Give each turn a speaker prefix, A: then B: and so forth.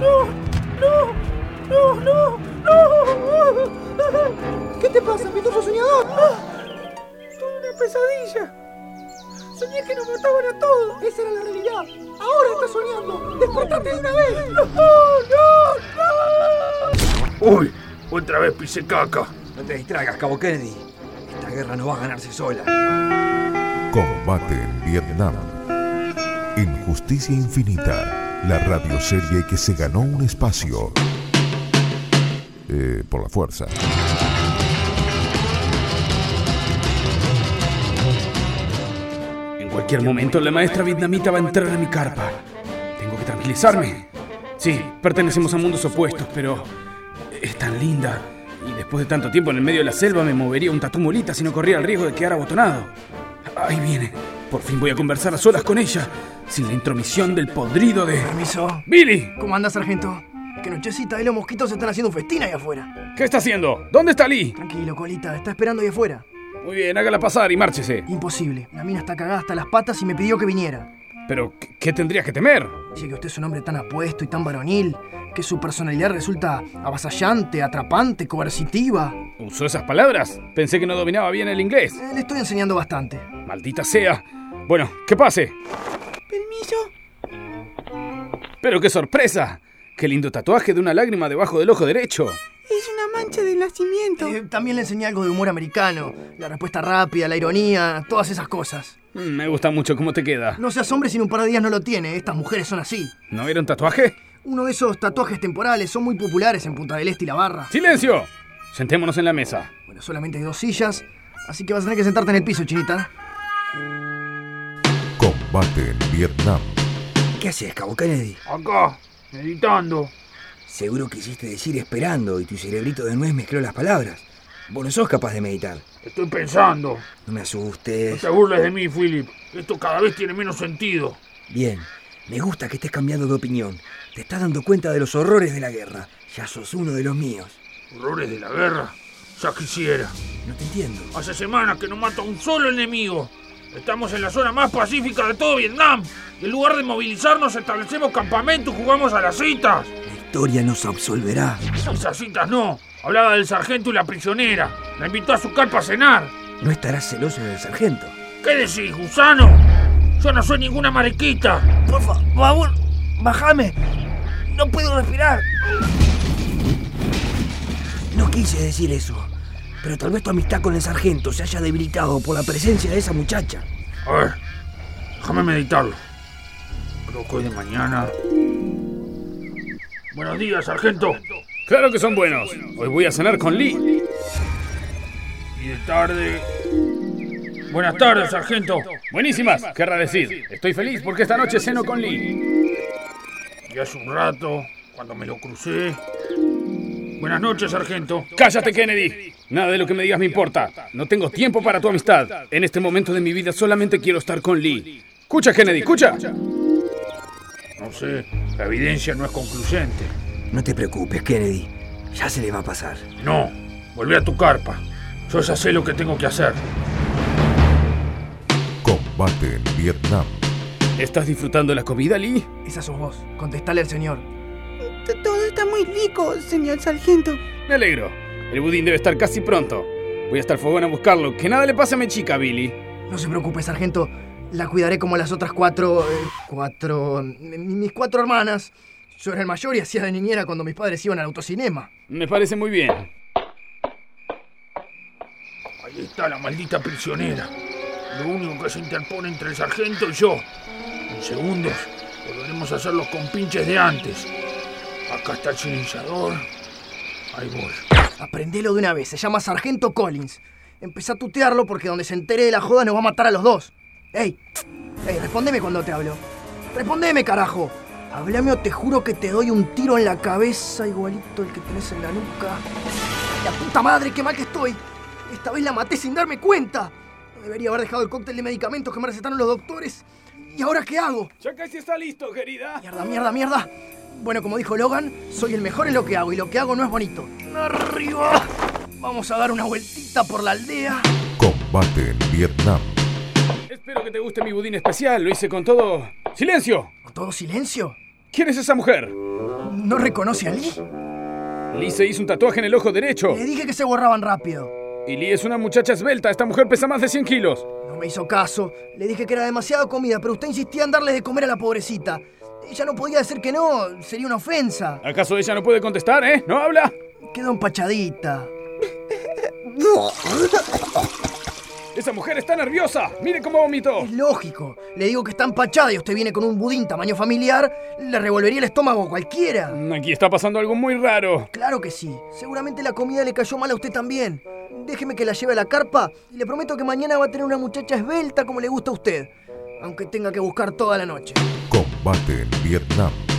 A: ¡No! ¡No! ¡No! ¡No! ¡No! ¿Qué te pasa, pitufo soñador?
B: Tuve una pesadilla. Soñé que nos mataban a todos.
A: Esa era la realidad. Ahora estás soñando. ¡Despertate de una vez!
C: ¡Uy! Otra vez pisé caca.
B: No te distraigas, Cabo Kennedy. Esta guerra no va a ganarse sola.
D: Combate en Vietnam. Injusticia Infinita, la radioserie que se ganó un espacio eh, por la fuerza.
E: En cualquier momento la maestra vietnamita va a entrar a mi carpa. Tengo que tranquilizarme. Sí, pertenecemos a mundos opuestos, pero es tan linda. Y después de tanto tiempo en el medio de la selva me movería un tatú molita si no corría el riesgo de quedar abotonado. Ahí viene. Por fin voy a conversar a solas con ella, sin la intromisión del podrido de...
F: Permiso.
E: ¡Billy!
F: ¿Cómo anda, sargento? Que nochecita y los mosquitos están haciendo un festín ahí afuera.
E: ¿Qué está haciendo? ¿Dónde está Lee?
F: Tranquilo, colita, está esperando ahí afuera.
E: Muy bien, hágala pasar y márchese.
F: Imposible. La mina está cagada hasta las patas y me pidió que viniera.
E: Pero, ¿qué, qué tendrías que temer?
F: Dice que usted es un hombre tan apuesto y tan varonil, que su personalidad resulta avasallante, atrapante, coercitiva.
E: ¿Usó esas palabras? Pensé que no dominaba bien el inglés.
F: Eh, le estoy enseñando bastante.
E: Maldita sea. Bueno, que pase.
A: ¿Permiso?
E: Pero qué sorpresa. Qué lindo tatuaje de una lágrima debajo del ojo derecho.
A: Es una mancha de nacimiento.
F: Eh, también le enseñé algo de humor americano, la respuesta rápida, la ironía, todas esas cosas.
E: Mm, Me gusta mucho cómo te queda.
F: No se asombre si en un par de días no lo tiene, estas mujeres son así.
E: ¿No era un tatuaje?
F: Uno de esos tatuajes temporales son muy populares en Punta del Este y La Barra.
E: ¡Silencio! Sentémonos en la mesa.
F: Bueno, solamente hay dos sillas, así que vas a tener que sentarte en el piso, chinita.
D: Combate en Vietnam.
B: ¿Qué haces, Cabo Kennedy?
C: Acá, meditando.
B: Seguro quisiste decir esperando y tu cerebrito de nuez mezcló las palabras. Vos no sos capaz de meditar.
C: Estoy pensando.
B: No me
C: No
B: asustes.
C: te burles de mí, Philip. Esto cada vez tiene menos sentido.
B: Bien, me gusta que estés cambiando de opinión. Te estás dando cuenta de los horrores de la guerra. Ya sos uno de los míos.
C: Horrores de la guerra. Ya quisiera.
B: No te entiendo.
C: Hace semanas que no mato a un solo enemigo. Estamos en la zona más pacífica de todo Vietnam. En lugar de movilizarnos, establecemos campamentos y jugamos a las citas.
B: La historia nos absolverá.
C: Esas citas no. Hablaba del sargento y la prisionera. La invitó a su carpa a cenar.
B: No estarás celoso del sargento.
C: ¿Qué decís, gusano? Yo no soy ninguna mariquita.
F: Por favor, bájame. No puedo respirar.
B: No quise decir eso. Pero tal vez tu amistad con el sargento se haya debilitado por la presencia de esa muchacha.
C: A ver, déjame meditarlo. Creo que hoy de mañana. Buenos días, sargento.
E: Claro que son buenos. Hoy voy a cenar con Lee.
C: Y de tarde. Buenas tardes, sargento.
E: Buenísimas, querrá decir. Estoy feliz porque esta noche ceno con Lee.
C: Y hace un rato, cuando me lo crucé. Buenas noches, sargento.
E: ¡Cállate, Kennedy! Nada de lo que me digas me importa. No tengo tiempo para tu amistad. En este momento de mi vida solamente quiero estar con Lee. Escucha, Kennedy, escucha.
C: No sé, la evidencia no es concluyente.
B: No te preocupes, Kennedy. Ya se le va a pasar.
C: No, volví a tu carpa. Yo ya sé lo que tengo que hacer.
D: Combate en Vietnam.
E: ¿Estás disfrutando la comida, Lee?
F: Esa sos vos. Contestale al señor.
A: T- Todo está muy rico, señor sargento.
E: Me alegro. El budín debe estar casi pronto. Voy hasta el fogón a buscarlo. Que nada le pase a mi chica, Billy.
F: No se preocupe, sargento. La cuidaré como las otras cuatro. eh, cuatro. mi- mis cuatro hermanas. Yo era el mayor y hacía de niñera cuando mis padres iban al autocinema.
E: Me parece muy bien.
C: Ahí está la maldita prisionera. Lo único que se interpone entre el sargento y yo. En segundos volveremos a ser los compinches de antes. Acá está el silenciador. Ahí voy.
F: Aprendelo de una vez. Se llama Sargento Collins. Empezá a tutearlo porque donde se entere de la joda nos va a matar a los dos. ¡Ey! ¡Ey! Respondeme cuando te hablo. ¡Respondeme, carajo! Hablame o te juro que te doy un tiro en la cabeza igualito el que tenés en la nuca. ¡La puta madre, qué mal que estoy! Esta vez la maté sin darme cuenta. Debería haber dejado el cóctel de medicamentos que me recetaron los doctores. ¿Y ahora qué hago?
E: Ya casi está listo, querida.
F: Mierda, mierda, mierda. Bueno, como dijo Logan, soy el mejor en lo que hago y lo que hago no es bonito. ¡Arriba! Vamos a dar una vueltita por la aldea.
D: Combate en Vietnam.
E: Espero que te guste mi budín especial. Lo hice con todo... ¡Silencio!
F: ¿Con todo silencio?
E: ¿Quién es esa mujer?
F: ¿No reconoce a Lee?
E: Lee se hizo un tatuaje en el ojo derecho.
F: Le dije que se borraban rápido.
E: Y Lee es una muchacha esbelta. Esta mujer pesa más de 100 kilos.
F: No me hizo caso. Le dije que era demasiada comida, pero usted insistía en darles de comer a la pobrecita. Ella no podía decir que no, sería una ofensa.
E: ¿Acaso ella no puede contestar, eh? ¿No habla?
F: Quedó empachadita.
E: Esa mujer está nerviosa. Mire cómo vomitó.
F: Es lógico. Le digo que está empachada y usted viene con un budín tamaño familiar, le revolvería el estómago a cualquiera.
E: Aquí está pasando algo muy raro.
F: Claro que sí. Seguramente la comida le cayó mal a usted también. Déjeme que la lleve a la carpa y le prometo que mañana va a tener una muchacha esbelta como le gusta a usted. Aunque tenga que buscar toda la noche.
D: Combate en Vietnam.